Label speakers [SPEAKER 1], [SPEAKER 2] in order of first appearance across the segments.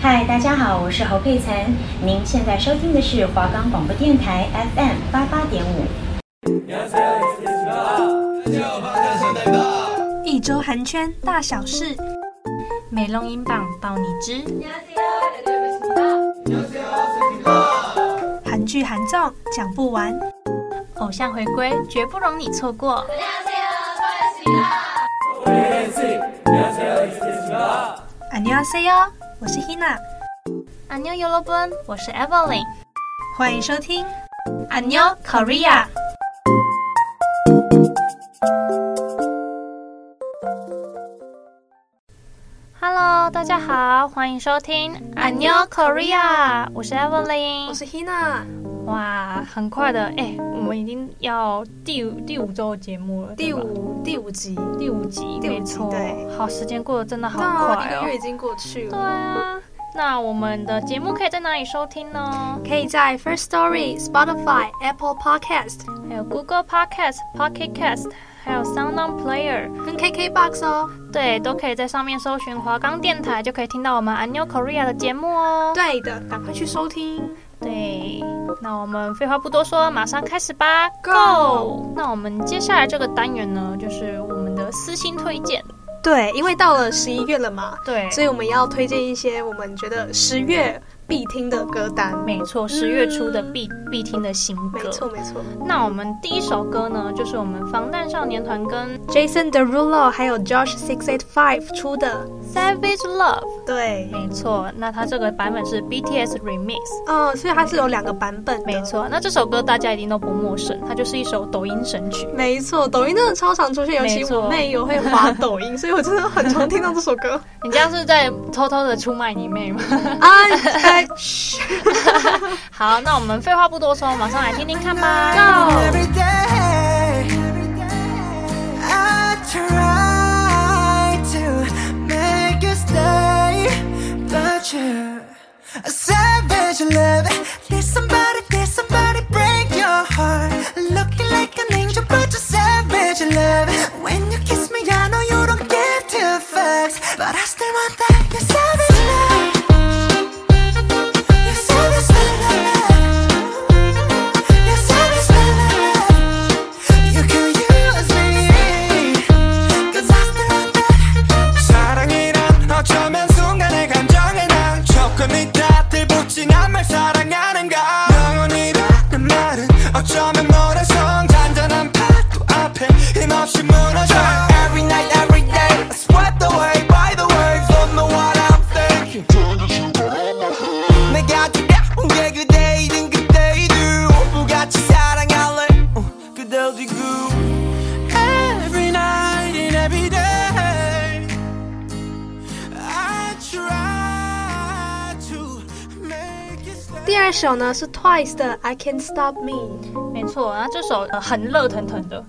[SPEAKER 1] 嗨，大家好，我是侯佩岑。您现在收听的是华冈广播电台 FM 八八点五。
[SPEAKER 2] 一周韩圈大小事，美容音榜报你知。韩剧韩综讲不完，偶像回归绝不容你错过。안녕하세요，我是 Hina，
[SPEAKER 3] 안녕여러분，我是 Evelyn。
[SPEAKER 2] 欢迎收听안녕 Korea。
[SPEAKER 3] Hello，大家好，欢迎收听안녕 Korea，我是 Evelyn。
[SPEAKER 4] 是 Hina，
[SPEAKER 3] 哇，很快的，哎、我们已经要第五第五周节目了，
[SPEAKER 4] 第
[SPEAKER 3] 对吧
[SPEAKER 4] 五第五集，
[SPEAKER 3] 第五集，
[SPEAKER 4] 第五集
[SPEAKER 3] 没错，
[SPEAKER 4] 对
[SPEAKER 3] 好，时间过得真的好
[SPEAKER 4] 到一
[SPEAKER 3] 快
[SPEAKER 4] 个月已
[SPEAKER 3] 哦。
[SPEAKER 4] 经过去
[SPEAKER 3] 对
[SPEAKER 4] 了。
[SPEAKER 3] 啊，那我们的节目可以在哪里收听呢？
[SPEAKER 4] 可以在 First Story、Spotify、Apple Podcast
[SPEAKER 3] 还有 Google Podcast、Pocket Cast，还有 Sound On Player。
[SPEAKER 4] 跟 KKBox 哦。
[SPEAKER 3] 对，都可以在上面搜寻华冈电台，就可以听到我们 a n n Korea 的节目哦。
[SPEAKER 4] 对的，赶快去收听。
[SPEAKER 3] 对，那我们废话不多说，马上开始吧
[SPEAKER 4] Go！
[SPEAKER 3] 那我们接下来这个单元呢，就是我们的私心推荐。
[SPEAKER 4] 对，因为到了十一月了嘛，
[SPEAKER 3] 对
[SPEAKER 4] 所以我们要推荐一些我们觉得十月必听的歌单。
[SPEAKER 3] 没错，十月初的必、必听的新歌。
[SPEAKER 4] 嗯没错，。没错。
[SPEAKER 3] 那我们第一首歌呢，就是我们防弹少年团跟
[SPEAKER 4] Jason Derulo 还有 Josh Six Eight Five 出的，
[SPEAKER 3] Savage Love。
[SPEAKER 4] 对，
[SPEAKER 3] 没错，那它这个版本是 BTS Remix。
[SPEAKER 4] 嗯，所以它是有两个版本的。
[SPEAKER 3] 没错，那这首歌大家一定都不陌生，它就是一首抖音神曲。
[SPEAKER 4] 没错，抖音真的超常出现，尤
[SPEAKER 3] 没
[SPEAKER 4] 其
[SPEAKER 3] 错
[SPEAKER 4] 我妹有会滑抖 音，所以我真的很常听到这首歌。
[SPEAKER 3] 你这样是在偷偷的出卖你妹吗？
[SPEAKER 4] 啊，哎，嘘
[SPEAKER 3] 好，那我们废话不多说，马上来听听看吧。
[SPEAKER 5] Every day, I try to make you stay, but you're a savage love. Did somebody, did somebody break your heart? Looking like an angel, but you're savage love. When you kiss me, I know you don't give two fucks, but I still want that. You're savage love. You're savage love. You're savage love. You can use me, 'cause I still want that.
[SPEAKER 6] 사랑이란 어쩌면 순간의 감정에 난 조금이 따뜻붙지난 말 사랑하는가 영원이라는 말은 어쩌면 모래성 잔잔한 파도 앞에 힘없이 무너져 Every night every day I swept away by the waves Don't know what I'm thinking 내가 들려온 게 그대이든 그대이들 오부같이 사랑할래 어, 그대 어디고 Every night and every day I try to make it stay.
[SPEAKER 4] 第二首呢是 Twice 的《I Can't Stop Me》，
[SPEAKER 3] 没错，那这首、呃、很热腾腾的，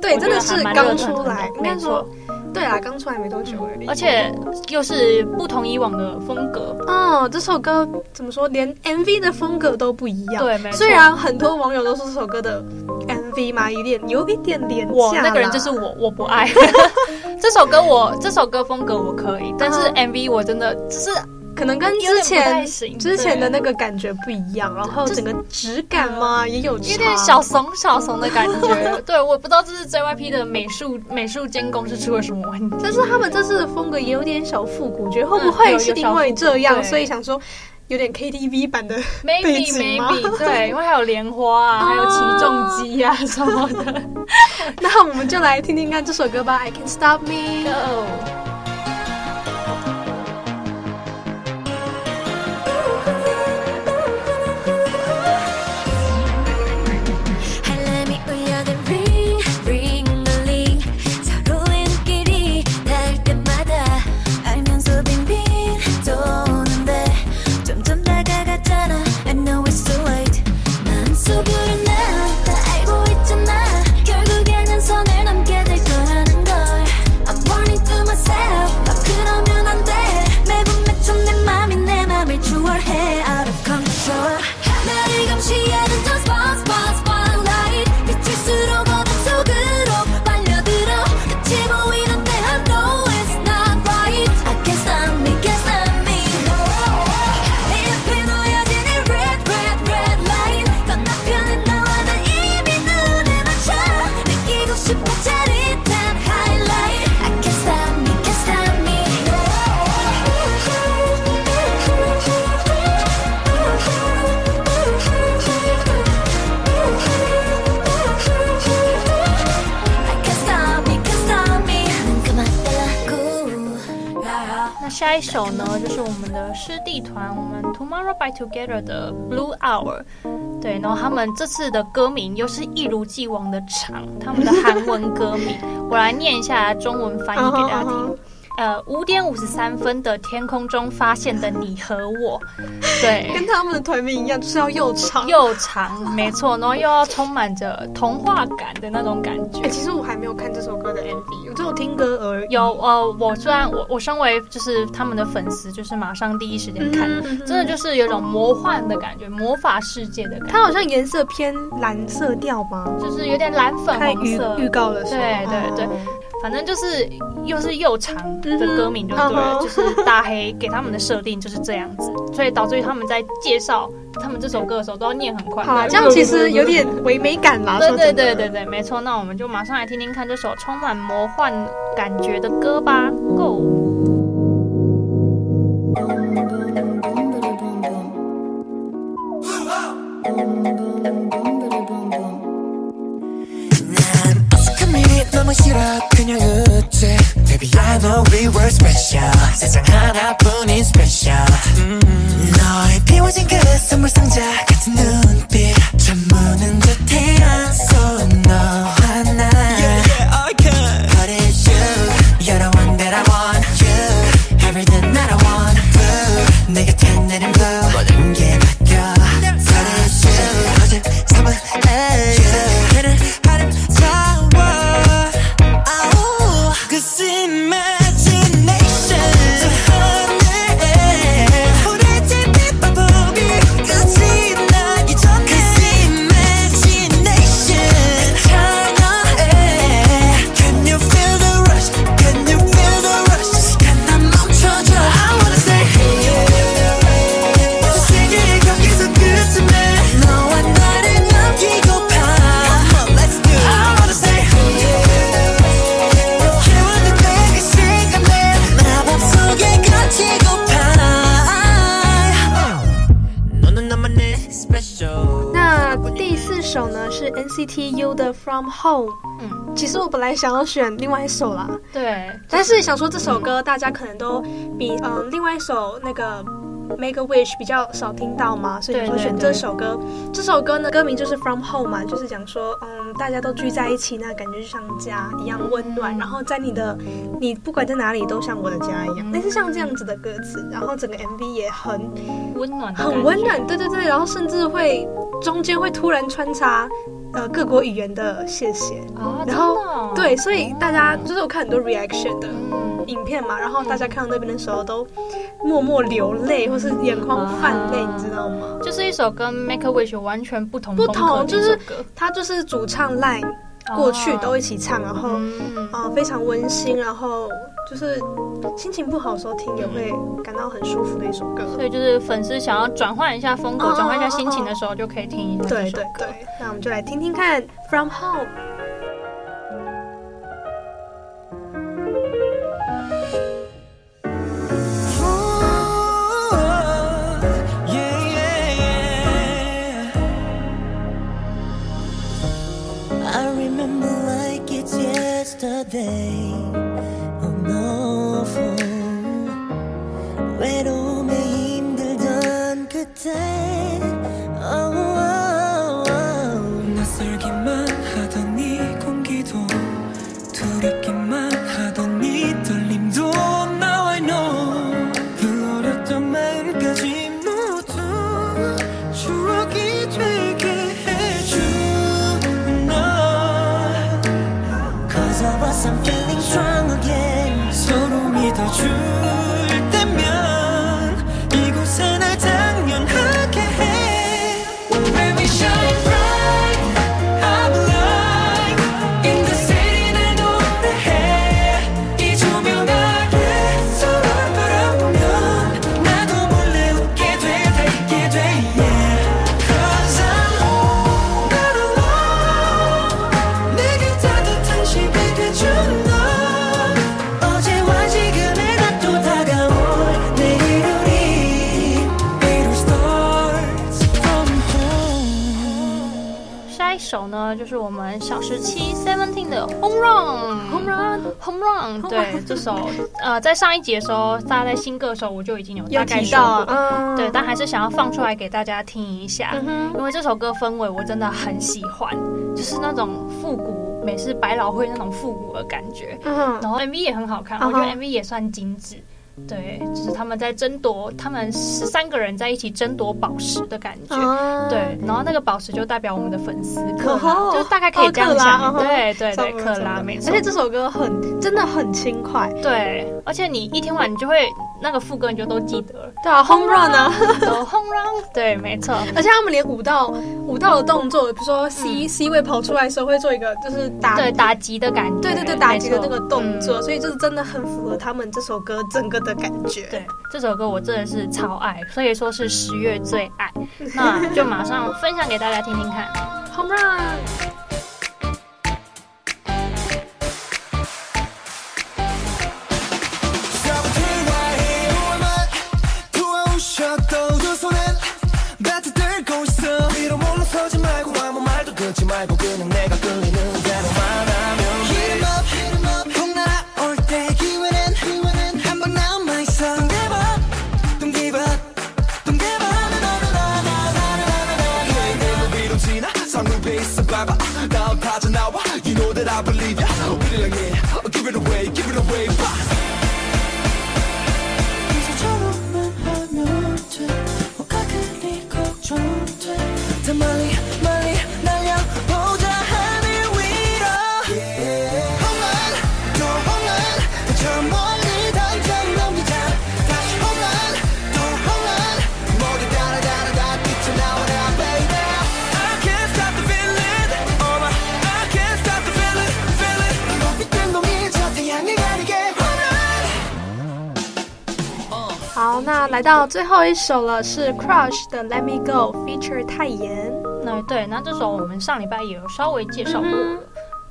[SPEAKER 4] 对，
[SPEAKER 3] 我觉
[SPEAKER 4] 真
[SPEAKER 3] 得
[SPEAKER 4] 的
[SPEAKER 3] 还
[SPEAKER 4] 是
[SPEAKER 3] 蛮热
[SPEAKER 4] 刚
[SPEAKER 3] 腾腾
[SPEAKER 4] 出
[SPEAKER 3] 的
[SPEAKER 4] 来，应
[SPEAKER 3] 没
[SPEAKER 4] 该
[SPEAKER 3] 错
[SPEAKER 4] 说，，对啊，刚出来没多久而已。
[SPEAKER 3] 而，且又是不同以往的风格，
[SPEAKER 4] 哦，这首歌怎么说，连 MV 的风格都不一样。
[SPEAKER 3] 对没错
[SPEAKER 4] 虽然很多网友都说这首歌的 MV 嘛，有点有一点廉价啦。
[SPEAKER 3] 我那个人就是我，我不爱 这首歌我，这首歌风格我可以，但是
[SPEAKER 4] 嗯
[SPEAKER 3] MV 我真的就是
[SPEAKER 4] 可能跟
[SPEAKER 3] 有点
[SPEAKER 4] 之
[SPEAKER 3] 不太
[SPEAKER 4] 前
[SPEAKER 3] 行
[SPEAKER 4] 之前的
[SPEAKER 3] 对
[SPEAKER 4] 那个感觉不一样，然后
[SPEAKER 3] 就是
[SPEAKER 4] 整个质感嘛也有
[SPEAKER 3] 嗯有
[SPEAKER 4] 差
[SPEAKER 3] 点小怂小怂的感 觉。对，我不知道这是 JYP 的美术美术监工是出了什么问 题。
[SPEAKER 4] 但是他们这次的风格也有点小复古，觉得哦会不
[SPEAKER 3] 嗯有
[SPEAKER 4] 会是因为这
[SPEAKER 3] 有小复
[SPEAKER 4] 样，
[SPEAKER 3] 古
[SPEAKER 4] 所以想说有点 KTV 版的背
[SPEAKER 3] Maybe
[SPEAKER 4] 景吗
[SPEAKER 3] maybe 对，因为还有莲花啊，还有起重机啊什么的。
[SPEAKER 4] 那我们就来听听看这首歌吧，《I Can Stop Me》。
[SPEAKER 3] Go，
[SPEAKER 7] 할람이 울려든 ring ring a ling 서로의 눈길이 닿을 때마다 알면서 빙빙 도는데 점점 다가갔잖아 I know it's too late 마음속으로 난 다 알고 있잖아 결국에는 손을 넘게 될 거라는 걸 I'm warning to myself
[SPEAKER 3] 一首呢，就是我们的师弟团，我们 Tomorrow by Together 的 Blue Hour。对，然后他们这次的歌名又是一如既往的长，他们的韩文歌 名，我来念一下中文翻译给大家
[SPEAKER 4] 嗯
[SPEAKER 3] 听。呃，五点五十三分的天空中发现的你和我，对，
[SPEAKER 4] 跟他们的团名一样，就是要又长。
[SPEAKER 3] 又长，没错，然后又要充满着童话感的那种感觉
[SPEAKER 4] 哎、。其实我还没有看这首歌的 MV，我只有听歌而已。
[SPEAKER 3] 有呃，我虽然我我身为就是他们的粉丝，就是马上第一时间
[SPEAKER 4] 嗯
[SPEAKER 3] 看，真的就是有一种魔幻的感觉，魔法世界的感觉，
[SPEAKER 4] 它好像颜色偏蓝色调吗？
[SPEAKER 3] 就是有点蓝粉
[SPEAKER 4] 看
[SPEAKER 3] 红
[SPEAKER 4] 预
[SPEAKER 3] 色。
[SPEAKER 4] 预告的时候，
[SPEAKER 3] 对对对，反正就是又是又长的歌名就对了，
[SPEAKER 4] 嗯哼
[SPEAKER 3] 就是大黑给他们的设定就是这样子，所以导致于他们在介绍他们这首歌的时候都要念很快。
[SPEAKER 4] 好，哦这样其实有点唯美感啦。
[SPEAKER 3] 对
[SPEAKER 4] 说
[SPEAKER 3] 对
[SPEAKER 4] 真的
[SPEAKER 3] 对对对，没错。那我们就马上来听听看这首充满魔幻感觉的歌吧，Go！
[SPEAKER 5] 난 어색함이 너무 싫어 그냥 웃지 Baby I know we were special 세상 하나뿐인 special 음. 너의 비워진 그 선물 상자 같은 눈빛 참 무는 듯해요 So 너와 나 Yeah yeah I can But it's you You're the one that I want You Everything that I want Blue 내 곁에 내린 blue 모든 게 바뀌어 But it's you 어제 삼은 you 그는 아름다워 아우 Oh, Cause imagination 저 하늘에 오래된 빛만 보기 끝이 나기 전에 Cause imagination eternal Can you feel the rush Can you feel the rush 시간 난 멈춰줘 I wanna stay here 세계의 경계선 끝에 너와 나를 남기고파 Come on let's do it I wanna stay here 기운을 빼기 시간에 마법속에 갇히고파 너는 나만의 special
[SPEAKER 4] 那第四首呢是 NCT U 的 From Home。
[SPEAKER 3] 嗯，
[SPEAKER 4] 其实我本来想要选另外一首啦，
[SPEAKER 3] 对，
[SPEAKER 4] 但是想说这首歌大家可能都比嗯、呃另外一首那个 Make a Wish 比较少听到嘛，所以想说
[SPEAKER 3] 对对
[SPEAKER 4] 选这首歌。这首歌呢，歌名就是 From Home 嘛，就是讲说嗯大家都聚在一起，那感觉就像家一样温暖。然后在你的你不管在哪里都像我的家一样，类似像这样子的歌词。然后整个 MV 也很
[SPEAKER 3] 温暖嗯的感觉，
[SPEAKER 4] 很温暖，对对对，然后甚至会中间会突然穿插呃各国语言的谢谢，
[SPEAKER 3] 啊，
[SPEAKER 4] 然后、
[SPEAKER 3] 真的哦，
[SPEAKER 4] 对，所以大家就是我看很多 reaction 的
[SPEAKER 3] 嗯，
[SPEAKER 4] 影片嘛，然后大家看到那边的时候都默默流泪，或是眼眶泛泪，
[SPEAKER 3] 啊
[SPEAKER 4] 你知道吗？
[SPEAKER 3] 就是一首跟 Make a Wish 完全不同
[SPEAKER 4] 不
[SPEAKER 3] 风格的
[SPEAKER 4] 同，
[SPEAKER 3] 一
[SPEAKER 4] 就是
[SPEAKER 3] 首歌
[SPEAKER 4] 他就是主唱 Line 过去都一起唱，然后
[SPEAKER 3] 嗯，
[SPEAKER 4] 啊、呃非常温馨，然后就是心情不好的时候听也会感到很舒服的一首歌。
[SPEAKER 3] 所以就是粉丝想要转换一下风格，
[SPEAKER 4] 哦
[SPEAKER 3] 转换一下心情的时候，就可以听一下这
[SPEAKER 4] 对
[SPEAKER 3] 首
[SPEAKER 4] 对
[SPEAKER 3] 歌
[SPEAKER 4] 对，那我们就来听听看 From Home。
[SPEAKER 5] Ooh, yeah, yeah, yeah. I remember like it's yesterday. On the phone. 외로움에 힘들던 그때. Oh, oh, oh.
[SPEAKER 6] 낯설기만 하던 이 공기도 두렵기만 하던 이 떨림도 Now I know 그 어렸던 마음까지 모두 추억이 되게 해준 너
[SPEAKER 5] Cause of us, I'm feeling strong again.
[SPEAKER 6] 서로 믿어줄 때면 이곳에 날 당연하게 해 When we shine bright I'm alive In the city 날 노래해 이 조명 아래 서로 바라보면 나도 몰래 웃게 돼 달게 돼 yeah. Cause I'm not alone 내게 따뜻한 집이 돼준 너 어제와 지금의 나또 다가
[SPEAKER 3] 首呢，就是我们小时期 Seventeen 的 Home Run。
[SPEAKER 4] Home Run
[SPEAKER 3] Home Run，对这首，呃，在上一集的时候，大家在新歌的时候，我就已经有
[SPEAKER 4] 有
[SPEAKER 3] 大概
[SPEAKER 4] 提
[SPEAKER 3] 说
[SPEAKER 4] 到，
[SPEAKER 3] 过，
[SPEAKER 4] 嗯，
[SPEAKER 3] 对，但还是想要放出来给大家听一下，
[SPEAKER 4] 嗯哼
[SPEAKER 3] 因为这首歌氛围我真的很喜欢，就是那种复古美式百老汇那种复古的感觉，
[SPEAKER 4] 嗯
[SPEAKER 3] 然后 MV 也很好看，
[SPEAKER 4] 嗯
[SPEAKER 3] 我
[SPEAKER 4] 哼
[SPEAKER 3] 觉得 MV 也算精致。对，就是他们在争夺，他们十三个人在一起争夺宝石的感觉。
[SPEAKER 4] 啊
[SPEAKER 3] 对，然后那个宝石就代表我们的粉丝克
[SPEAKER 4] 哦吼
[SPEAKER 3] 拉，就大概可以这
[SPEAKER 4] 哦
[SPEAKER 3] 样
[SPEAKER 4] 克拉
[SPEAKER 3] 想，
[SPEAKER 4] 嗯哼
[SPEAKER 3] 对对对，
[SPEAKER 4] 差不多
[SPEAKER 3] 克
[SPEAKER 4] 差
[SPEAKER 3] 拉
[SPEAKER 4] 不多
[SPEAKER 3] 没错。
[SPEAKER 4] 而且这首歌很真的很轻快，
[SPEAKER 3] 对，而且你一听完，你就会那个副歌你就都记 得了，
[SPEAKER 4] 对啊，Home Run 啊，
[SPEAKER 3] 有轰然，对，没错，
[SPEAKER 4] 而且他们连舞蹈舞蹈的动作，比如说 C、C 位跑出来的时候会做一个就是打
[SPEAKER 3] 嗯对打击的感觉，
[SPEAKER 4] 对对对打击的那个动
[SPEAKER 3] 没错
[SPEAKER 4] 作，，所以就是真的很符合他们这首歌整个的感觉。
[SPEAKER 3] 嗯对，这首歌我真的是超爱，所以说是十月最 爱，那就马上分享给大家听听看。
[SPEAKER 4] ，Home Run。
[SPEAKER 6] 서툴러해 오만 도와오셨던 두 손엔 뱉어 들고 있어 위로 올라서지 말고 아무 말도 듣지 말고 그냥 내가 끌리는 대로만 하면 돼
[SPEAKER 5] Hit 'em up, 폭 날아올 때 기회는 한방 남아 있어. Don't give up, don't give up, don't give up. No, no, no, no, no, no, no, no.
[SPEAKER 6] Yeah, 내가 위로 지나 상륙에 있어 봐봐 난 빠져나와 You know that I believe ya 우리 향해 Give it away, give it away 봐.
[SPEAKER 5] 이제처럼만 하면 돼. 뭐가 그리 걱정돼. 더 멀리, 멀리 날려보자 하늘 위로. 홈런, 또 홈런. 저 멀리 당장 넘기자. 다시 홈런, 또 홈런.
[SPEAKER 6] 모두 따라다라다 뛰쳐나와라 baby I can't stop the feeling Oh my I can't stop the feeling feeling
[SPEAKER 5] 높이 뜬 공이 저 태양을 가리게. 홈런.
[SPEAKER 4] 好，那来到最后一首了，是 Crush 的《Let Me Go》，feature 泰妍。
[SPEAKER 3] 那对，那这首我们上礼拜也有稍微介绍过
[SPEAKER 4] 嗯
[SPEAKER 3] 了，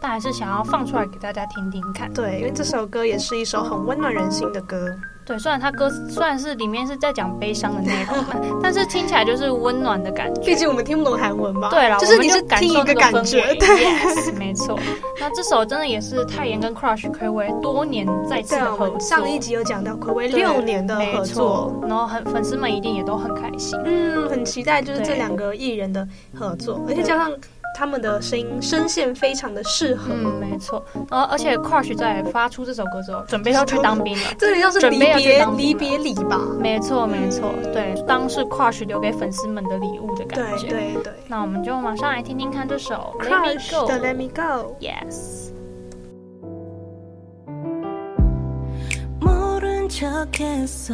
[SPEAKER 3] 但还是想要放出来给大家听听看。
[SPEAKER 4] 对，因为这首歌也是一首很温暖人心的歌。
[SPEAKER 3] 对，虽然它歌虽然是里面是在讲悲伤的内容嘛， 但是听起来就是温暖的感觉。
[SPEAKER 4] 毕竟我们听不懂韩文嘛，
[SPEAKER 3] 对了，
[SPEAKER 4] 啊就是你
[SPEAKER 3] 我们
[SPEAKER 4] 是
[SPEAKER 3] 就感
[SPEAKER 4] 听
[SPEAKER 3] 受
[SPEAKER 4] 一
[SPEAKER 3] 那
[SPEAKER 4] 个
[SPEAKER 3] 个
[SPEAKER 4] 感
[SPEAKER 3] 氛
[SPEAKER 4] 觉，
[SPEAKER 3] 围
[SPEAKER 4] 对。
[SPEAKER 3] ，yes, 没错。那这首真的也是泰妍跟 Crush 暌违多年再次
[SPEAKER 4] 对啊，
[SPEAKER 3] 的
[SPEAKER 4] 我
[SPEAKER 3] 合作，
[SPEAKER 4] 们上一集有讲到暌违
[SPEAKER 3] 对
[SPEAKER 4] 六年的合
[SPEAKER 3] 没
[SPEAKER 4] 作，
[SPEAKER 3] 错，然后很粉丝们一定也都很开心。
[SPEAKER 4] 嗯，很期待就是这
[SPEAKER 3] 对
[SPEAKER 4] 两个艺人的合作，而且加上他们的声音声线非常的适合，
[SPEAKER 3] 嗯，没错。然后而且 Crush 在发出这首歌之后，准备要去当兵了。
[SPEAKER 4] 这里像是
[SPEAKER 3] 准
[SPEAKER 4] 离
[SPEAKER 3] 备要去
[SPEAKER 4] 别
[SPEAKER 3] 当兵
[SPEAKER 4] 离
[SPEAKER 3] 了
[SPEAKER 4] 别礼吧，
[SPEAKER 3] 没错，没错，对，当是 Crush 留给粉丝们的礼物的感
[SPEAKER 4] 对
[SPEAKER 3] 觉。
[SPEAKER 4] 对对。
[SPEAKER 3] 那我们就马上来听听看这首《Let
[SPEAKER 4] Crush
[SPEAKER 3] Me Go
[SPEAKER 4] 的》。Let Me Go，
[SPEAKER 3] Yes，
[SPEAKER 5] 모른 척했어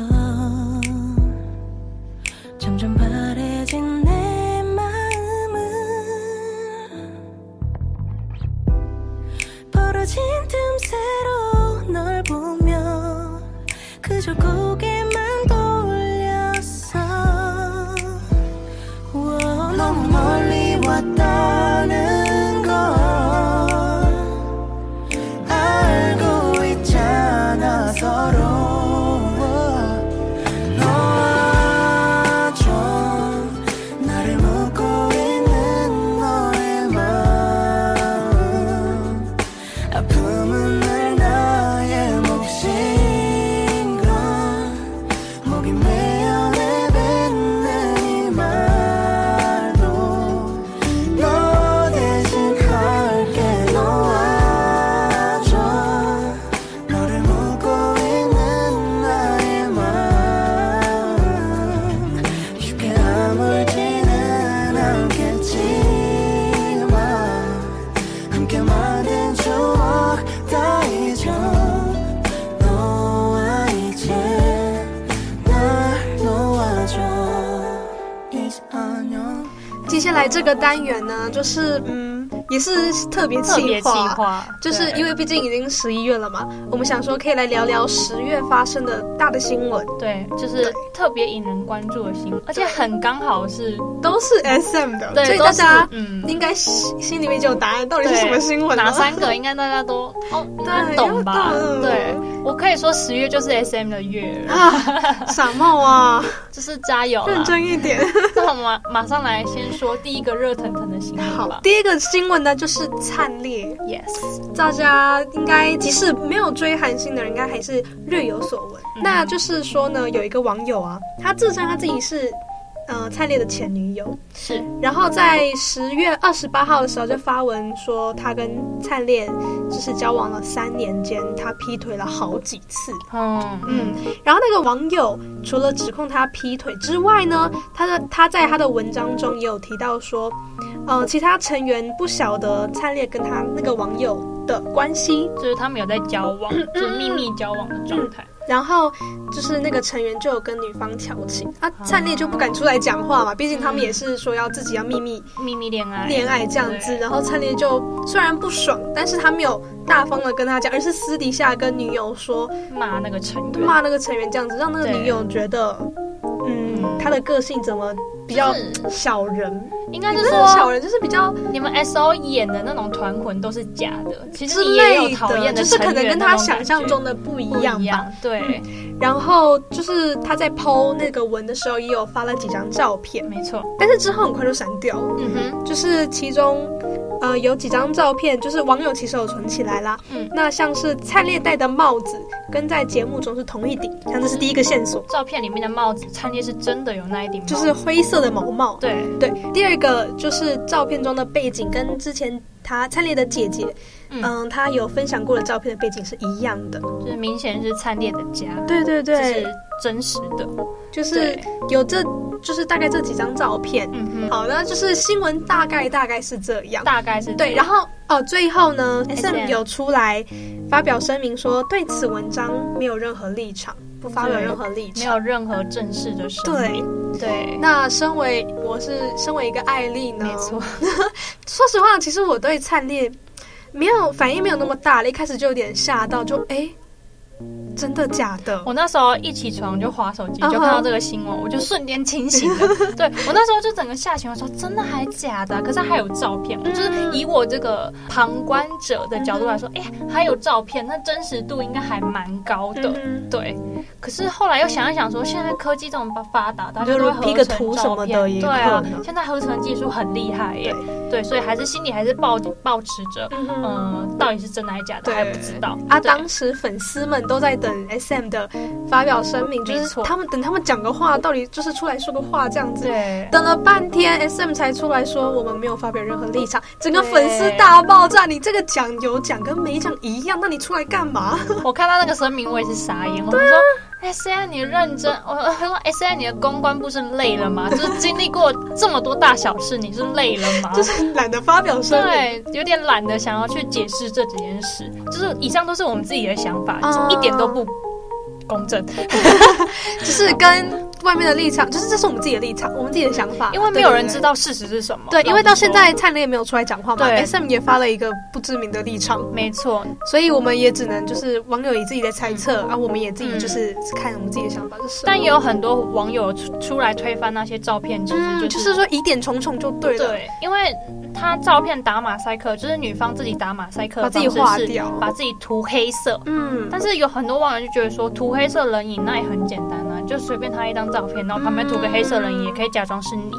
[SPEAKER 5] 점점 바래진 내 마음은 벌어진 틈새로 널 보며 그저 고개만 돌렸어 워, 너무 멀리 왔다는 걸 알고 있잖아 서로 너와 좀 나를 묻고 있는 너의 마음 아픔은 늘 나의 몫인가 목이 메어 내뱉는 이 말도 너 대신 할게 놓아줘 너를 묻고 있는 나의 마음 쉽게 아물지는 않겠지만 함께 만든 추억 다 잊어 너와 이제 날 놓아줘 이제 안녕
[SPEAKER 4] 接下来这个单元呢，就是嗯，也是特别
[SPEAKER 3] 特别
[SPEAKER 4] 计
[SPEAKER 3] 计
[SPEAKER 4] 划，
[SPEAKER 3] 划，
[SPEAKER 4] 就是
[SPEAKER 3] 对
[SPEAKER 4] 因为毕竟已经十一月了嘛，我们想说可以来聊聊十月发生的大的新闻，
[SPEAKER 3] 对，就是特别引人关注的新闻，而且很刚好是，
[SPEAKER 4] 都是 SM 的，所
[SPEAKER 3] 对，
[SPEAKER 4] 以
[SPEAKER 3] 都
[SPEAKER 4] 大
[SPEAKER 3] 是
[SPEAKER 4] 家
[SPEAKER 3] 嗯，
[SPEAKER 4] 应该心心里面就有答案，到底
[SPEAKER 3] 对
[SPEAKER 4] 是什么新闻呢？
[SPEAKER 3] 哪三个应该大家都哦，应该
[SPEAKER 4] 对
[SPEAKER 3] 懂吧
[SPEAKER 4] 应该？懂
[SPEAKER 3] 对，我可以说十月就是 SM 的月了，
[SPEAKER 4] 啊，傻帽啊，
[SPEAKER 3] 就是加油啦
[SPEAKER 4] 认！真一点。
[SPEAKER 3] 那我们马上来先说第一个热腾腾的新闻
[SPEAKER 4] 好
[SPEAKER 3] 吧，。
[SPEAKER 4] 第一个新闻呢就是灿烈，
[SPEAKER 3] Yes，
[SPEAKER 4] 大家应该即使没有追韩星的人，应该还是略有所闻。
[SPEAKER 3] 嗯
[SPEAKER 4] 那就是说呢，有一个网友啊，他自称他自己是呃灿烈的前女友，
[SPEAKER 3] 是
[SPEAKER 4] 然后在十月二十八号的时候就发文说，他跟灿烈就是交往了三年间，他劈腿了好几次。
[SPEAKER 3] 嗯
[SPEAKER 4] 嗯，然后那个网友除了指控他劈腿之外呢，他的他在他的文章中也有提到说，呃，其他成员不晓得灿烈跟他那个网友的关系，
[SPEAKER 3] 就是他们有在交
[SPEAKER 4] 嗯
[SPEAKER 3] 往，就是秘密交往的状态。
[SPEAKER 4] 然后就是那个成员就有跟女方调情，啊，灿烈就不敢出来讲话嘛，毕竟他们也是说要自己要秘密
[SPEAKER 3] 秘密恋爱，
[SPEAKER 4] 嗯恋爱这样子，然后灿烈就虽然不爽，但是他没有大方的跟他讲，而是私底下跟女友说，
[SPEAKER 3] 骂那个成员，
[SPEAKER 4] 骂那个成员这样子，让那个女友觉得，嗯，他的个性怎么比较
[SPEAKER 3] 就是
[SPEAKER 4] 小人？
[SPEAKER 3] 应该
[SPEAKER 4] 不
[SPEAKER 3] 是
[SPEAKER 4] 是小
[SPEAKER 3] 说
[SPEAKER 4] 人，就是比较
[SPEAKER 3] 你们 S O 演的那种团魂都是假的，其实
[SPEAKER 4] 之
[SPEAKER 3] 你也
[SPEAKER 4] 类
[SPEAKER 3] 有讨厌
[SPEAKER 4] 就
[SPEAKER 3] 的
[SPEAKER 4] 是
[SPEAKER 3] 成员
[SPEAKER 4] 可能跟
[SPEAKER 3] 那
[SPEAKER 4] 他
[SPEAKER 3] 种感
[SPEAKER 4] 想象
[SPEAKER 3] 觉
[SPEAKER 4] 中的不一
[SPEAKER 3] 不
[SPEAKER 4] 样
[SPEAKER 3] 一
[SPEAKER 4] 吧
[SPEAKER 3] 样。。对，
[SPEAKER 4] 然后就是他在剖那个文的时候，也有发了几张照片，
[SPEAKER 3] 没错。
[SPEAKER 4] 但是之后很快就删掉了。
[SPEAKER 3] 嗯哼，
[SPEAKER 4] 就是其中，呃，有几张照片，就是网友其实有存起来啦。
[SPEAKER 3] 嗯
[SPEAKER 4] 那像是灿烈戴的帽子跟在节目中是同一顶，像这是第一个线索，
[SPEAKER 3] 照片里面的帽子，灿烈是真的有那一顶帽子，
[SPEAKER 4] 就是灰色的毛帽。
[SPEAKER 3] 对，
[SPEAKER 4] 对，第二个就是照片中的背景跟之前他灿烈的姐姐，
[SPEAKER 3] 嗯
[SPEAKER 4] 嗯、她有分享过的照片的背景是一样的。
[SPEAKER 3] 就是明显是灿烈的家，
[SPEAKER 4] 对对
[SPEAKER 3] 这是真实的。
[SPEAKER 4] 就是
[SPEAKER 3] 对，
[SPEAKER 4] 有这就是大概这几张照片。
[SPEAKER 3] 嗯哼，
[SPEAKER 4] 好，那就是新闻大概大概是这样。
[SPEAKER 3] 大概是
[SPEAKER 4] 对，然
[SPEAKER 3] 后
[SPEAKER 4] 后哦，最后呢
[SPEAKER 3] SM
[SPEAKER 4] ，SM 有出来发表声明说，对此文章没有任何立场，不发表
[SPEAKER 3] 对
[SPEAKER 4] 任何立
[SPEAKER 3] 没
[SPEAKER 4] 场。
[SPEAKER 3] 有任何正式的声
[SPEAKER 4] 对
[SPEAKER 3] 明，，对，
[SPEAKER 4] 那身为我是身为一个艾丽呢，
[SPEAKER 3] 没错，
[SPEAKER 4] 说实话，其实我对灿烈没有反应，没有那么大了，一开始就有点吓到，就哎，真的假的？
[SPEAKER 3] 我那时候一起床就划手机，
[SPEAKER 4] 嗯哼
[SPEAKER 3] 就看到这个新闻，我就瞬间清醒了。对我那时候就整个吓醒，我说真的还假的啊、可是还有照片，
[SPEAKER 4] 嗯
[SPEAKER 3] 就是以我这个旁观者的角度来说，哎、还有照片，那真实度应该还蛮高的。
[SPEAKER 4] 嗯
[SPEAKER 3] 对，可是后来又想一想说，现在科技这么发达，大家都会合
[SPEAKER 4] 就 P 个图
[SPEAKER 3] 成照
[SPEAKER 4] 什么的
[SPEAKER 3] 片
[SPEAKER 4] 也
[SPEAKER 3] 对
[SPEAKER 4] 可
[SPEAKER 3] 啊，
[SPEAKER 4] 能
[SPEAKER 3] 现在合成技术很厉害耶，对，所以还是心里还是抱抱持着，
[SPEAKER 4] 嗯哼
[SPEAKER 3] 嗯、到底是真的还是假的
[SPEAKER 4] 对
[SPEAKER 3] 还不知道
[SPEAKER 4] 啊，
[SPEAKER 3] 对
[SPEAKER 4] 当时粉丝们都在等 S M 的发表声明，就
[SPEAKER 3] 没
[SPEAKER 4] 是
[SPEAKER 3] 错
[SPEAKER 4] 他们等他们讲个话，到底就是出来说个话这样子。
[SPEAKER 3] 对
[SPEAKER 4] 等了半天，S M 才出来说我们没有发表任何立场，整个粉丝
[SPEAKER 3] 对
[SPEAKER 4] 大爆炸。你这个讲有讲跟没讲一样，那你出来干嘛？
[SPEAKER 3] 我看到那个声明，我也是傻眼。我就
[SPEAKER 4] 啊
[SPEAKER 3] 说，S I 你认真，我我说 S I 你的公关部是累了吗？就是经历过这么多大小事，你是累了吗？
[SPEAKER 4] 就是懒得发表声明。
[SPEAKER 3] 对，有点懒得想要去解释这几件事。就是以上都是我们自己的想法，
[SPEAKER 4] 啊
[SPEAKER 3] 一点都不公正，
[SPEAKER 4] 就是跟外面的立场，就是这是我们自己的立场，我们自己的想法，
[SPEAKER 3] 因为没有人
[SPEAKER 4] 对
[SPEAKER 3] 知。道事实是什么。
[SPEAKER 4] 对对对，因为
[SPEAKER 3] 老
[SPEAKER 4] 到
[SPEAKER 3] 实说
[SPEAKER 4] 现。在灿烈也没有出来讲话嘛
[SPEAKER 3] 对
[SPEAKER 4] ，S M 也发了一个不知名的立场，
[SPEAKER 3] 没错，
[SPEAKER 4] 所以我们也只能就是网友也自己在猜测，啊，我们也自己就是看我们自己的想法是什么。
[SPEAKER 3] 嗯但也有很多网友出出来推翻那些照片，其实
[SPEAKER 4] 嗯，
[SPEAKER 3] 就
[SPEAKER 4] 就是是说疑点重重就对了。
[SPEAKER 3] 对，因为他照片打马赛克，就是女方自己打马赛克的
[SPEAKER 4] 把自己
[SPEAKER 3] 方式
[SPEAKER 4] 划
[SPEAKER 3] 是
[SPEAKER 4] 掉
[SPEAKER 3] 把自己涂黑色。
[SPEAKER 4] 嗯，
[SPEAKER 3] 但是有很多网友就觉得说，涂黑色人影那也很简单啊，就随便他一张照片，然后旁边涂个黑色人影，也可以假装是你。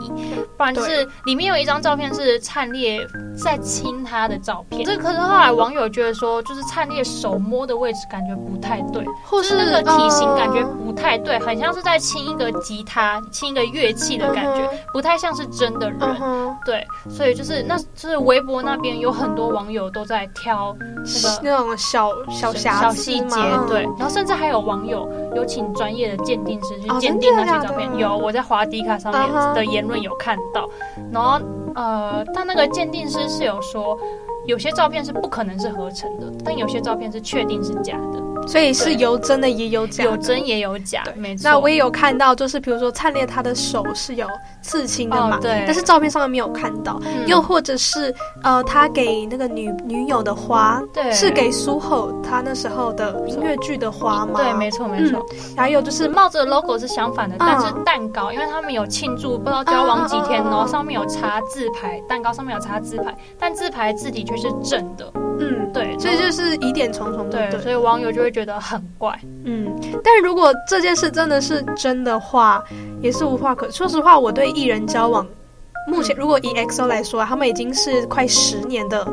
[SPEAKER 3] 不然就是里面有一张照片是灿烈在亲他的照片，这可是后来网友觉得说，就是灿烈手摸的位置感觉不太对，
[SPEAKER 4] 或
[SPEAKER 3] 就是
[SPEAKER 4] 是
[SPEAKER 3] 那个体型感觉
[SPEAKER 4] 呃
[SPEAKER 3] 不太对，很像是在亲一个吉他、亲一个乐器的感觉
[SPEAKER 4] 嗯哼，
[SPEAKER 3] 不太像是真的人。
[SPEAKER 4] 嗯哼，
[SPEAKER 3] 对，所以就是那就是微博那边有很多网友都在挑那个
[SPEAKER 4] 那种小小瑕
[SPEAKER 3] 小
[SPEAKER 4] 疵
[SPEAKER 3] 细节
[SPEAKER 4] 嘛，嗯
[SPEAKER 3] 对，，然后甚至还有网友有请专业的鉴定师去
[SPEAKER 4] 哦
[SPEAKER 3] 鉴
[SPEAKER 4] 真
[SPEAKER 3] 定那
[SPEAKER 4] 的
[SPEAKER 3] 些
[SPEAKER 4] 假
[SPEAKER 3] 照片，
[SPEAKER 4] 的
[SPEAKER 3] 有我在华迪卡上
[SPEAKER 4] 嗯
[SPEAKER 3] 面
[SPEAKER 4] 哼
[SPEAKER 3] 的言论有看到，然后呃，但那个鉴定师是有说。有些照片是不可能是合成的，但有些照片是确定是假的，
[SPEAKER 4] 所以是有真的也有假的
[SPEAKER 3] 有真也有假，
[SPEAKER 4] 对
[SPEAKER 3] 没错。
[SPEAKER 4] 那我也有看到，就是比如说灿烈他的手是有刺青的嘛，
[SPEAKER 3] 哦对
[SPEAKER 4] 但是照片上面没有看到，
[SPEAKER 3] 嗯
[SPEAKER 4] 又或者是呃，他给那个女女友的花，
[SPEAKER 3] 对
[SPEAKER 4] 是给苏后他那时候的音乐剧的花吗？嗯
[SPEAKER 3] 对，没错没错。
[SPEAKER 4] 还有就是帽，
[SPEAKER 3] 帽子的 logo 是相反的，
[SPEAKER 4] 嗯
[SPEAKER 3] 但是蛋糕，因为他们有庆祝不知道交往几
[SPEAKER 4] 嗯
[SPEAKER 3] 天，
[SPEAKER 4] 嗯嗯
[SPEAKER 3] 然后上面有插字牌，蛋糕上面有插字牌，但字牌字体却是正的，
[SPEAKER 4] 嗯，
[SPEAKER 3] 对，
[SPEAKER 4] 所以就是疑点重重，对
[SPEAKER 3] 对
[SPEAKER 4] 不，
[SPEAKER 3] 所
[SPEAKER 4] 对？
[SPEAKER 3] 以网友就会觉得很怪。
[SPEAKER 4] 嗯，但如果这件事真的是真的话，也是无话可说实话，我对艺人交往，目
[SPEAKER 3] 嗯
[SPEAKER 4] 前如果以 EXO 来说啊，他们已经是快十年的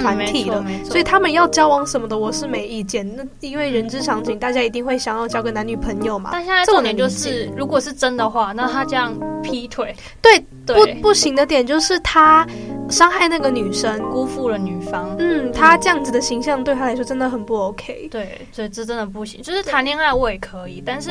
[SPEAKER 4] 团体了，
[SPEAKER 3] 嗯没错没错
[SPEAKER 4] 所以他们要交往什么的，我是没意见。那因为人之常情，大家一定会想要交个男女朋友嘛。
[SPEAKER 3] 但现在
[SPEAKER 4] 这我
[SPEAKER 3] 重
[SPEAKER 4] 能
[SPEAKER 3] 点就
[SPEAKER 4] 理
[SPEAKER 3] 是，如果是真的话，那他这样劈腿，
[SPEAKER 4] 对，
[SPEAKER 3] 对
[SPEAKER 4] 不，不行的点就是他伤害那个女生，
[SPEAKER 3] 辜负了女方。
[SPEAKER 4] 嗯，他这样子的形象对他来说真的很不 OK。
[SPEAKER 3] 对，所以这真的不行。就是谈恋爱我也可以，但是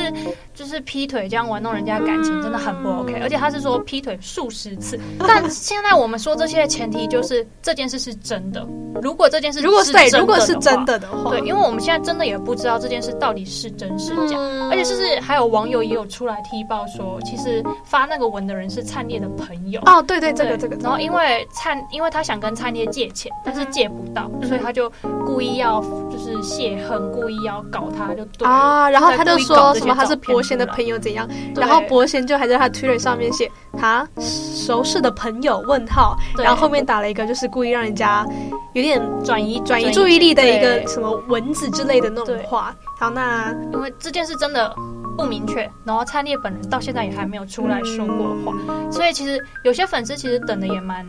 [SPEAKER 3] 就是劈腿这样玩弄人家感情真的很不
[SPEAKER 4] 嗯
[SPEAKER 3] OK。而且他是说劈腿数 十次，但现在我们说这些的前提就是这件事是真的。如果这件事
[SPEAKER 4] 如果
[SPEAKER 3] 是
[SPEAKER 4] 对，
[SPEAKER 3] 真的
[SPEAKER 4] 如果是
[SPEAKER 3] 的话
[SPEAKER 4] 真的的话，
[SPEAKER 3] 对，因为我们现在真的也不知道这件事到底是真是假，
[SPEAKER 4] 嗯
[SPEAKER 3] 而且甚至还有网友也有出来踢爆说，其实发那个文的人是灿烈的朋友。
[SPEAKER 4] 哦，对对，这
[SPEAKER 3] 对
[SPEAKER 4] 个这个，
[SPEAKER 3] 然后因为灿，因为他想跟灿烈借钱，但是借不到，所以他就故意要就是泄恨，故意要搞他，就对了
[SPEAKER 4] 啊，然后他就说什么他是伯
[SPEAKER 3] 博
[SPEAKER 4] 贤的朋友怎样，
[SPEAKER 3] 对
[SPEAKER 4] 然后伯贤就还在他 Twitter 上面写他熟识的朋友问号，
[SPEAKER 3] 对
[SPEAKER 4] 然后后面打了一个就是故意让人家有点
[SPEAKER 3] 转移
[SPEAKER 4] 转移注意力的一个
[SPEAKER 3] 对
[SPEAKER 4] 什么蚊子之类的那种
[SPEAKER 3] 对
[SPEAKER 4] 话。好，那
[SPEAKER 3] 因为这件事真的不明确，然后灿烈本人到现在也还没有出来说过话，
[SPEAKER 4] 嗯
[SPEAKER 3] 所以其实有些粉丝其实等的也蛮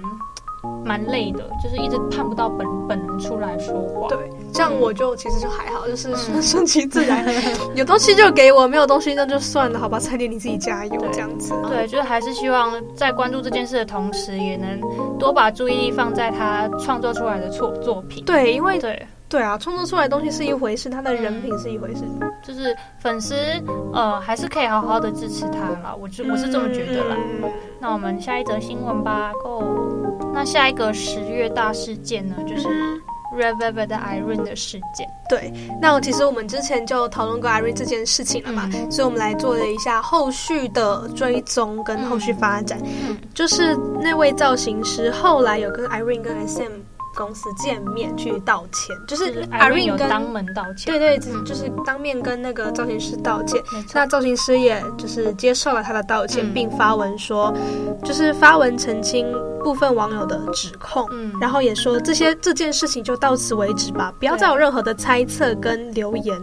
[SPEAKER 3] 蛮累的，就是一直看不到本本人出来说话。
[SPEAKER 4] 对，这样我就其实就还好，就是顺
[SPEAKER 3] 嗯
[SPEAKER 4] 顺其自 然，有东西就给我，没有东西那就算了，好吧，餐点你自己加油
[SPEAKER 3] 对
[SPEAKER 4] 这样子。
[SPEAKER 3] 对，就是还是希望在关注这件事的同时，也能多把注意力放在他创作出来的作作品。
[SPEAKER 4] 对，因为
[SPEAKER 3] 对，
[SPEAKER 4] 对啊，创作出来的东西是一回事，他的
[SPEAKER 3] 嗯
[SPEAKER 4] 人品是一回事。
[SPEAKER 3] 就是粉丝呃，还是可以好好的支持他啦。我就我是这么觉得啦。
[SPEAKER 4] 嗯
[SPEAKER 3] 那我们下一则新闻吧，Go。那下一个十月大事件呢，就是
[SPEAKER 4] 嗯
[SPEAKER 3] Red Velvet 的 Irene 的事件。
[SPEAKER 4] 对，那其实我们之前就讨论过 Irene 这件事情了
[SPEAKER 3] 嗯
[SPEAKER 4] 嘛，所以我们来做了一下后续的追踪跟后续发展。
[SPEAKER 3] 嗯
[SPEAKER 4] 就是那位造型师后来有跟 Irene 跟 SM 公司见面去道歉，就
[SPEAKER 3] 就是
[SPEAKER 4] 是
[SPEAKER 3] Irene 有
[SPEAKER 4] 跟
[SPEAKER 3] 当门道歉，
[SPEAKER 4] 对对，
[SPEAKER 3] 嗯
[SPEAKER 4] 就是当面跟那个造型师道歉。
[SPEAKER 3] 没错
[SPEAKER 4] 那造型师也就是接受了他的道歉，
[SPEAKER 3] 嗯
[SPEAKER 4] 并发文说，就是发文澄清部分网友的指控，
[SPEAKER 3] 嗯
[SPEAKER 4] 然后也说这些这件事情就到此为止吧，不要再有任何的猜测跟留言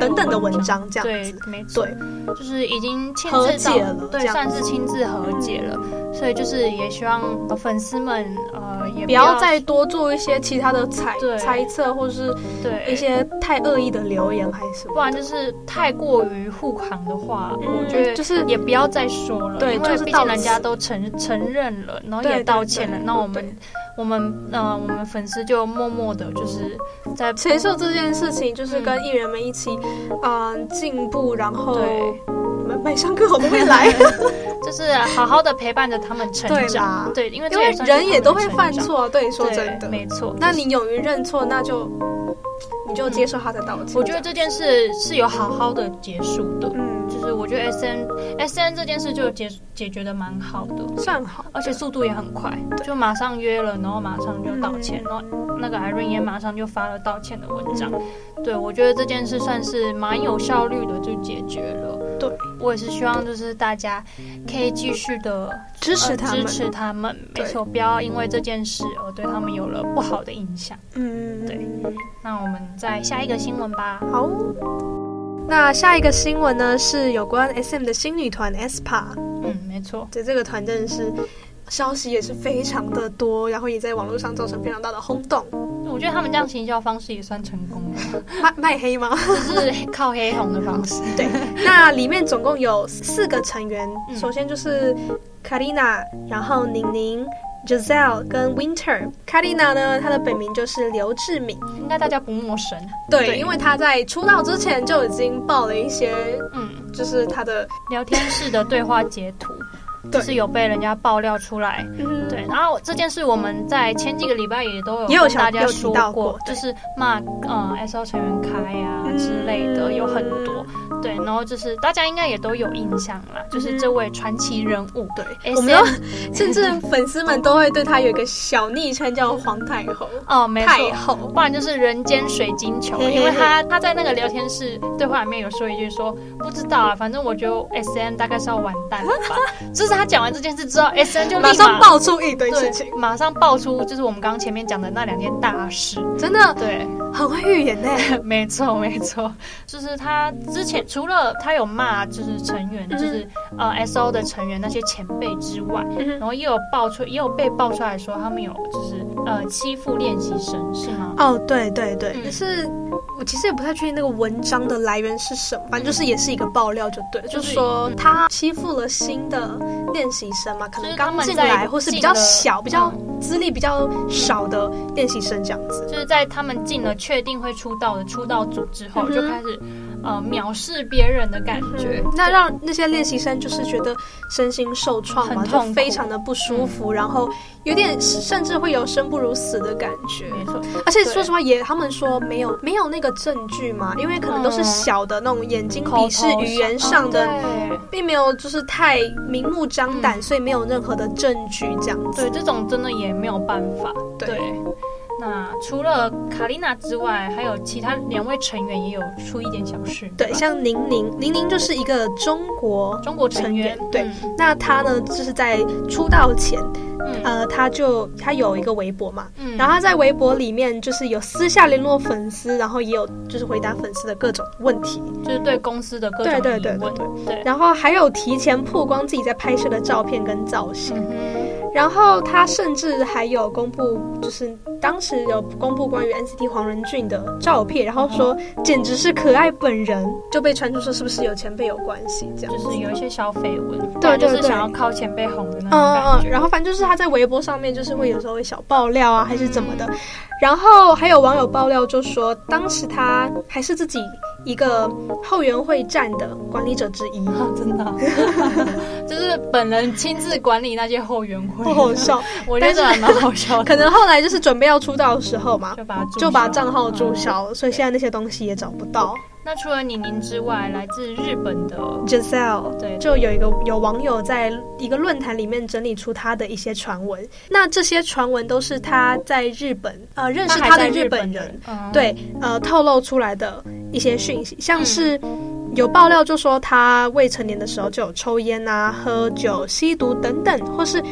[SPEAKER 4] 等等的文章这样
[SPEAKER 3] 对
[SPEAKER 4] 子。，
[SPEAKER 3] 没错
[SPEAKER 4] 对，，
[SPEAKER 3] 就是已经亲
[SPEAKER 4] 和
[SPEAKER 3] 自
[SPEAKER 4] 解
[SPEAKER 3] 到
[SPEAKER 4] 了这
[SPEAKER 3] 对，
[SPEAKER 4] 样
[SPEAKER 3] 算是亲自和解了。
[SPEAKER 4] 嗯
[SPEAKER 3] 所以就是也希望呃粉丝们呃也
[SPEAKER 4] 不要再多做一些其他的猜
[SPEAKER 3] 对
[SPEAKER 4] 猜测，或是
[SPEAKER 3] 对
[SPEAKER 4] 一，些太恶意的留言还是什
[SPEAKER 3] 不
[SPEAKER 4] 么。
[SPEAKER 3] 然就是太过于护狂的话，
[SPEAKER 4] 嗯
[SPEAKER 3] 我觉得
[SPEAKER 4] 就是
[SPEAKER 3] 也不要再说了，
[SPEAKER 4] 对
[SPEAKER 3] 因
[SPEAKER 4] 就
[SPEAKER 3] 为
[SPEAKER 4] 是
[SPEAKER 3] 毕
[SPEAKER 4] 到此
[SPEAKER 3] 竟人家都承承认了，然后
[SPEAKER 4] 对
[SPEAKER 3] 也
[SPEAKER 4] 对
[SPEAKER 3] 道歉了
[SPEAKER 4] 对，
[SPEAKER 3] 那我
[SPEAKER 4] 对
[SPEAKER 3] 们我们呃我们粉丝就默默的就是在
[SPEAKER 4] 承受这件事情，就是跟
[SPEAKER 3] 嗯
[SPEAKER 4] 艺人们一起，嗯、进步，然后
[SPEAKER 3] 对。
[SPEAKER 4] 迈迈向更好的未来。
[SPEAKER 3] 就是好好的陪伴着他们成
[SPEAKER 4] 对啦
[SPEAKER 3] 长， 对，因为
[SPEAKER 4] 因
[SPEAKER 3] 这
[SPEAKER 4] 为
[SPEAKER 3] 也算是
[SPEAKER 4] 人也
[SPEAKER 3] 他们的
[SPEAKER 4] 都会
[SPEAKER 3] 成
[SPEAKER 4] 犯
[SPEAKER 3] 长，
[SPEAKER 4] 错，对，说
[SPEAKER 3] 对
[SPEAKER 4] 真的。
[SPEAKER 3] 没错。
[SPEAKER 4] 那
[SPEAKER 3] 就是
[SPEAKER 4] 你勇于认错，那就你就接受他的道歉。
[SPEAKER 3] 我觉得这件事是有好好的结束的，
[SPEAKER 4] 嗯，
[SPEAKER 3] 就是我觉得 S N S N 这件事就解解决的蛮好的，
[SPEAKER 4] 算好。
[SPEAKER 3] 而且速度也很快，就马上约了，然后马上就道歉，
[SPEAKER 4] 嗯
[SPEAKER 3] 然后那个 Irene 也马上就发了道歉的文章。对，我觉得这件事算是蛮有效率的就解决了。
[SPEAKER 4] 对，
[SPEAKER 3] 我也是希望就是大家可以继续的
[SPEAKER 4] 支持他们
[SPEAKER 3] 支持他们，没
[SPEAKER 4] 对
[SPEAKER 3] 错，不要因为这件事而对他们有了不好的印象。
[SPEAKER 4] 嗯，
[SPEAKER 3] 对。那我们再下一个新闻吧。
[SPEAKER 4] 好。那下一个新闻呢，是有关 SM 的新女团 SPA。
[SPEAKER 3] 嗯，没错，
[SPEAKER 4] 对，这个团真的是消息也是非常的多，然后也在网络上造成非常大的轰动。
[SPEAKER 3] 我觉得他们这样行销方式也算成功了，
[SPEAKER 4] 卖卖黑吗？
[SPEAKER 3] 就是靠黑红的方式。对，
[SPEAKER 4] 那里面总共有四个成员，
[SPEAKER 3] 嗯
[SPEAKER 4] 首先就是卡丽娜，然后宁宁。Giselle 跟 Winter，卡丽娜呢，她的本名就是刘志敏，
[SPEAKER 3] 应该大家不陌生。
[SPEAKER 4] 对，
[SPEAKER 3] 对
[SPEAKER 4] 因为她在出道之前就已经爆了一些，
[SPEAKER 3] 嗯。
[SPEAKER 4] 就是她的，，
[SPEAKER 3] 聊天室的对话截图就是有被人家爆料出来。嗯对，然后这件事我们在前几个礼拜也都有
[SPEAKER 4] 也有
[SPEAKER 3] 跟
[SPEAKER 4] 小
[SPEAKER 3] 大家
[SPEAKER 4] 有提
[SPEAKER 3] 说
[SPEAKER 4] 到过
[SPEAKER 3] 过，
[SPEAKER 4] 对
[SPEAKER 3] 就是骂呃 S O 成员开呀、
[SPEAKER 4] 嗯
[SPEAKER 3] 之类的有很多。对，然后就是大家应该也都有印象啦，就是这位传奇人物。
[SPEAKER 4] 对，
[SPEAKER 3] SM
[SPEAKER 4] 我们都 甚至粉丝们都会对她有一个小昵称叫皇太后，
[SPEAKER 3] 哦，没
[SPEAKER 4] 太
[SPEAKER 3] 错。
[SPEAKER 4] 后，
[SPEAKER 3] 不然就是人间水晶球，
[SPEAKER 4] 嘿嘿嘿
[SPEAKER 3] 因为他他在那个聊天室 对话里面有说一句说不知道啊，反正我觉得 S N 大概是要完蛋了吧，就是他讲完这件事之后，S N 就立
[SPEAKER 4] 马上爆出一堆事情
[SPEAKER 3] 对，，马上爆出就是我们刚刚前面讲的那两件大事。
[SPEAKER 4] 真的
[SPEAKER 3] 对，
[SPEAKER 4] 很会预言呢、
[SPEAKER 3] 没错没错，就是他之前除了他有骂就是成员，
[SPEAKER 4] 嗯
[SPEAKER 3] 就是呃 S O 的成员那些前辈之外，然后也有爆出也有被爆出来说他们有就是呃欺负练习生是吗？
[SPEAKER 4] 哦，对对对，
[SPEAKER 3] 嗯
[SPEAKER 4] 但是我其实也不太确定那个文章的来源是什么，反正就是也是一个爆料，就对了，就
[SPEAKER 3] 就是
[SPEAKER 4] 说他欺负了新的练习生嘛，可
[SPEAKER 3] 就
[SPEAKER 4] 能
[SPEAKER 3] 是他
[SPEAKER 4] 刚
[SPEAKER 3] 们
[SPEAKER 4] 进
[SPEAKER 3] 在
[SPEAKER 4] 来或是比较
[SPEAKER 3] 进了
[SPEAKER 4] 小、比较
[SPEAKER 3] 嗯
[SPEAKER 4] 资历比较少的练习生这样子。
[SPEAKER 3] 就是在他们进了确定会出道的出道组之后，
[SPEAKER 4] 嗯哼嗯
[SPEAKER 3] 就开始呃藐视别人的感觉。
[SPEAKER 4] 那让那些练习生就是觉得身心受创嘛，
[SPEAKER 3] 很痛
[SPEAKER 4] 就
[SPEAKER 3] 苦嗯
[SPEAKER 4] 非常的不舒服，然后有点甚至会有生不如死的感觉。
[SPEAKER 3] 没错，
[SPEAKER 4] 而且
[SPEAKER 3] 对
[SPEAKER 4] 说实话也，他们说没有没有那个证据嘛，因为可能都是
[SPEAKER 3] 嗯
[SPEAKER 4] 小的那种眼睛
[SPEAKER 3] 口
[SPEAKER 4] 鄙视、
[SPEAKER 3] 头
[SPEAKER 4] 语言上的
[SPEAKER 3] 哦对嗯
[SPEAKER 4] 并没有就是太明目张胆，所以没有任何的证据这样子。
[SPEAKER 3] 对，这种真的也没有办法。
[SPEAKER 4] 对
[SPEAKER 3] 那除了卡丽娜之外，还有其他两位成员也有出一点小事。
[SPEAKER 4] 对，
[SPEAKER 3] 吧
[SPEAKER 4] 像宁宁，宁宁就是一个中国。
[SPEAKER 3] 中国成员
[SPEAKER 4] 成员对那她呢，就是在出道前，
[SPEAKER 3] 嗯嗯
[SPEAKER 4] 呃，她就她有一个微博嘛，
[SPEAKER 3] 嗯
[SPEAKER 4] 然后她在微博里面就是有私下联络粉丝，然后也有就是回答粉丝的各种问题，
[SPEAKER 3] 就是对公司的各种疑
[SPEAKER 4] 对
[SPEAKER 3] 问，
[SPEAKER 4] 对对对
[SPEAKER 3] 对
[SPEAKER 4] 然后还有提前曝光自己在拍摄的照片跟造型，
[SPEAKER 3] 嗯
[SPEAKER 4] 然后她甚至还有公布，就是当时有公布关于 NCT 黄仁俊的照片，然后说简直是可爱本人，就被传出说是不是有前辈有关系这
[SPEAKER 3] 哼，
[SPEAKER 4] 样
[SPEAKER 3] 就
[SPEAKER 4] 子。
[SPEAKER 3] 是有一些小绯闻，
[SPEAKER 4] 对
[SPEAKER 3] 反正就
[SPEAKER 4] 对
[SPEAKER 3] 是
[SPEAKER 4] 对
[SPEAKER 3] 想要靠前辈红的那种
[SPEAKER 4] 嗯
[SPEAKER 3] 感
[SPEAKER 4] 嗯，
[SPEAKER 3] 觉。
[SPEAKER 4] 然后反正就是她在微博上面就是会有时候会小爆料啊，还是怎么的。然后还有网友爆料就说，当时她还是自己一个后援会站的管理者之一，
[SPEAKER 3] 啊 真 的啊，就是本人亲自管理那些后援会，
[SPEAKER 4] 不好，笑。
[SPEAKER 3] 我觉得还蛮好笑的，
[SPEAKER 4] 可能后来就是准备要出道的时候嘛
[SPEAKER 3] 就，把它注
[SPEAKER 4] 就把
[SPEAKER 3] 销
[SPEAKER 4] 账号注
[SPEAKER 3] 嗯
[SPEAKER 4] 销了，所以现在那些东西也找不到。
[SPEAKER 3] 那除了宁宁之外，来自日本的
[SPEAKER 4] Giselle，
[SPEAKER 3] 对
[SPEAKER 4] 就有一个有网友在一个论坛里面整理出他的一些传闻，那这些传闻都是他在日本呃认识他的日本人，，
[SPEAKER 3] 嗯，
[SPEAKER 4] 对呃透露出来的一些讯息，像是。有爆料就说他未成年的时候就有抽烟啊、喝酒、吸毒等等，或是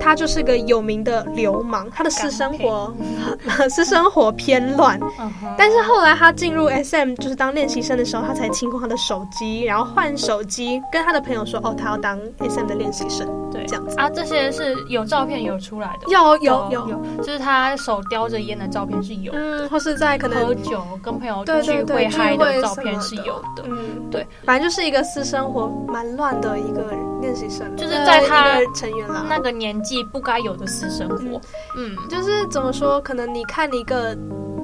[SPEAKER 4] 他就是个有名的流氓，他的私生活 私生活偏乱，
[SPEAKER 3] 嗯哼
[SPEAKER 4] 但是后来他进入 SM，就是当练习生的时候，他才清空他的手机，然后换手机，跟他的朋友说，哦，他要当 SM 的练习生。
[SPEAKER 3] 对
[SPEAKER 4] 这样子
[SPEAKER 3] 啊，这些是有照片有出来的，
[SPEAKER 4] 有有
[SPEAKER 3] 哦有
[SPEAKER 4] 有，
[SPEAKER 3] 就是他手叼着烟的照片是有，
[SPEAKER 4] 嗯，或是在可能
[SPEAKER 3] 喝酒跟朋友
[SPEAKER 4] 对
[SPEAKER 3] 聚
[SPEAKER 4] 对
[SPEAKER 3] 会
[SPEAKER 4] 对
[SPEAKER 3] 嗨
[SPEAKER 4] 聚会
[SPEAKER 3] 的照
[SPEAKER 4] 什
[SPEAKER 3] 片
[SPEAKER 4] 么
[SPEAKER 3] 是
[SPEAKER 4] 的
[SPEAKER 3] 有的，
[SPEAKER 4] 嗯
[SPEAKER 3] 对，
[SPEAKER 4] 反正就是一个私生活蛮乱的一个练习生，
[SPEAKER 3] 就是在他
[SPEAKER 4] 呃一个成员啦。
[SPEAKER 3] 那个年纪不该有的私生活，嗯，
[SPEAKER 4] 就是怎么说，可能你看一个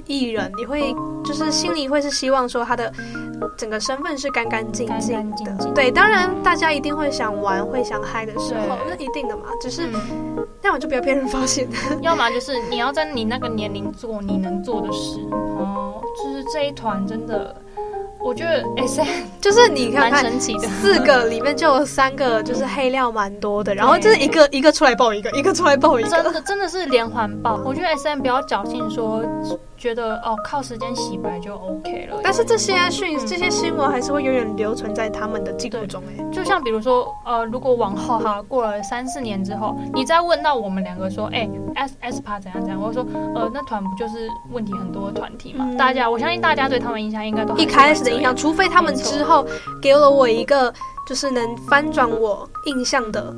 [SPEAKER 4] 艺人，你会就是心里会是希望说他的整个身份是干干净净
[SPEAKER 3] 干干净
[SPEAKER 4] 的。
[SPEAKER 3] 净
[SPEAKER 4] 对，当然大家一定会想玩、会想嗨的时候，
[SPEAKER 3] 对
[SPEAKER 4] 那一定的嘛。只是
[SPEAKER 3] 嗯
[SPEAKER 4] 那我就不要被人发现。
[SPEAKER 3] 要么就是你要在你那个年龄做你能做的事，哦，就是这一团真的，我 觉得 S M
[SPEAKER 4] 就是你看
[SPEAKER 3] 蛮
[SPEAKER 4] 看，
[SPEAKER 3] 神奇的，
[SPEAKER 4] 四个里面就有三个就是黑料蛮多的，然后就是一个一个出来爆一个，一个出来爆一
[SPEAKER 3] 真
[SPEAKER 4] 个。
[SPEAKER 3] 的真的是连环爆。我觉得 S M 不要侥幸说，觉得哦靠时间洗白就 OK 了。
[SPEAKER 4] 但是这些讯、
[SPEAKER 3] 嗯
[SPEAKER 4] 这些新闻还是会永远留存在他们的记录中、哎，
[SPEAKER 3] 就像比如说，呃，如果往后哈过了三四年之后，你再问到我们两个说，哎、s S 趴怎样怎样，我就说，呃，那团不就是问题很多的团体嘛？
[SPEAKER 4] 嗯
[SPEAKER 3] 大家我相信大家对他们印象应该都还
[SPEAKER 4] 一
[SPEAKER 3] 是
[SPEAKER 4] 开始的
[SPEAKER 3] 这
[SPEAKER 4] 印象，
[SPEAKER 3] 样
[SPEAKER 4] 除非他们
[SPEAKER 3] 没错
[SPEAKER 4] 之后给了我一个就是能翻转我印象的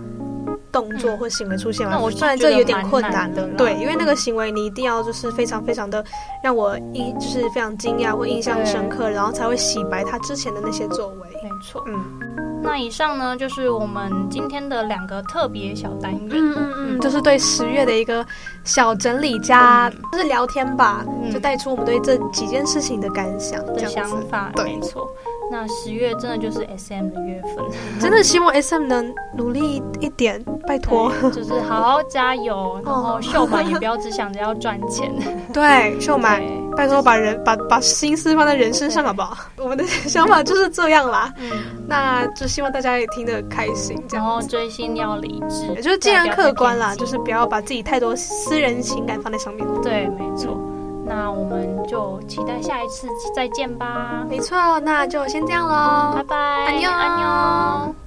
[SPEAKER 4] 动作
[SPEAKER 3] 嗯
[SPEAKER 4] 或行为出现嘛。
[SPEAKER 3] 那我
[SPEAKER 4] 虽然
[SPEAKER 3] 就觉
[SPEAKER 4] 这
[SPEAKER 3] 得
[SPEAKER 4] 有点
[SPEAKER 3] 蛮
[SPEAKER 4] 困
[SPEAKER 3] 难的啦
[SPEAKER 4] 对，因为那个行为你一定要就是非常非常的让我印，就是非常惊讶或印象
[SPEAKER 3] 对
[SPEAKER 4] 深刻，然后才会洗白他之前的那些作为。
[SPEAKER 3] 没错。
[SPEAKER 4] 嗯。
[SPEAKER 3] 那以上呢，就是我们今天的两个特别小单元。
[SPEAKER 4] 嗯嗯嗯，就是对十月的一个小整理加，就是聊天吧，
[SPEAKER 3] 嗯
[SPEAKER 4] 就带出我们对这几件事情的感想，这
[SPEAKER 3] 的
[SPEAKER 4] 样
[SPEAKER 3] 想
[SPEAKER 4] 子。
[SPEAKER 3] 法，
[SPEAKER 4] 对
[SPEAKER 3] 没错。那十月真的就是 S M 的月份，
[SPEAKER 4] 真的希望 S M 能努力一点，拜托。
[SPEAKER 3] 对就是好好加油，
[SPEAKER 4] 哦
[SPEAKER 3] 然后秀满也不要只想着要赚钱，
[SPEAKER 4] 对，秀满，
[SPEAKER 3] 对
[SPEAKER 4] 拜托把人把把心思放在人身上好不好？ 我们的想法就是这样啦，
[SPEAKER 3] 嗯，
[SPEAKER 4] 那就希望大家也听得开心，这
[SPEAKER 3] 然
[SPEAKER 4] 样
[SPEAKER 3] 后
[SPEAKER 4] 子。
[SPEAKER 3] 追星要理智，
[SPEAKER 4] 就是尽量客观啦，
[SPEAKER 3] 大家不要太偏激
[SPEAKER 4] 就是不要把自己太多私人情感放在上面。
[SPEAKER 3] 对，没错。那我们就期待下一次再见吧，
[SPEAKER 4] 没错，那就先这样喽，
[SPEAKER 3] 拜拜，
[SPEAKER 4] 嗯安妞
[SPEAKER 3] 安妞。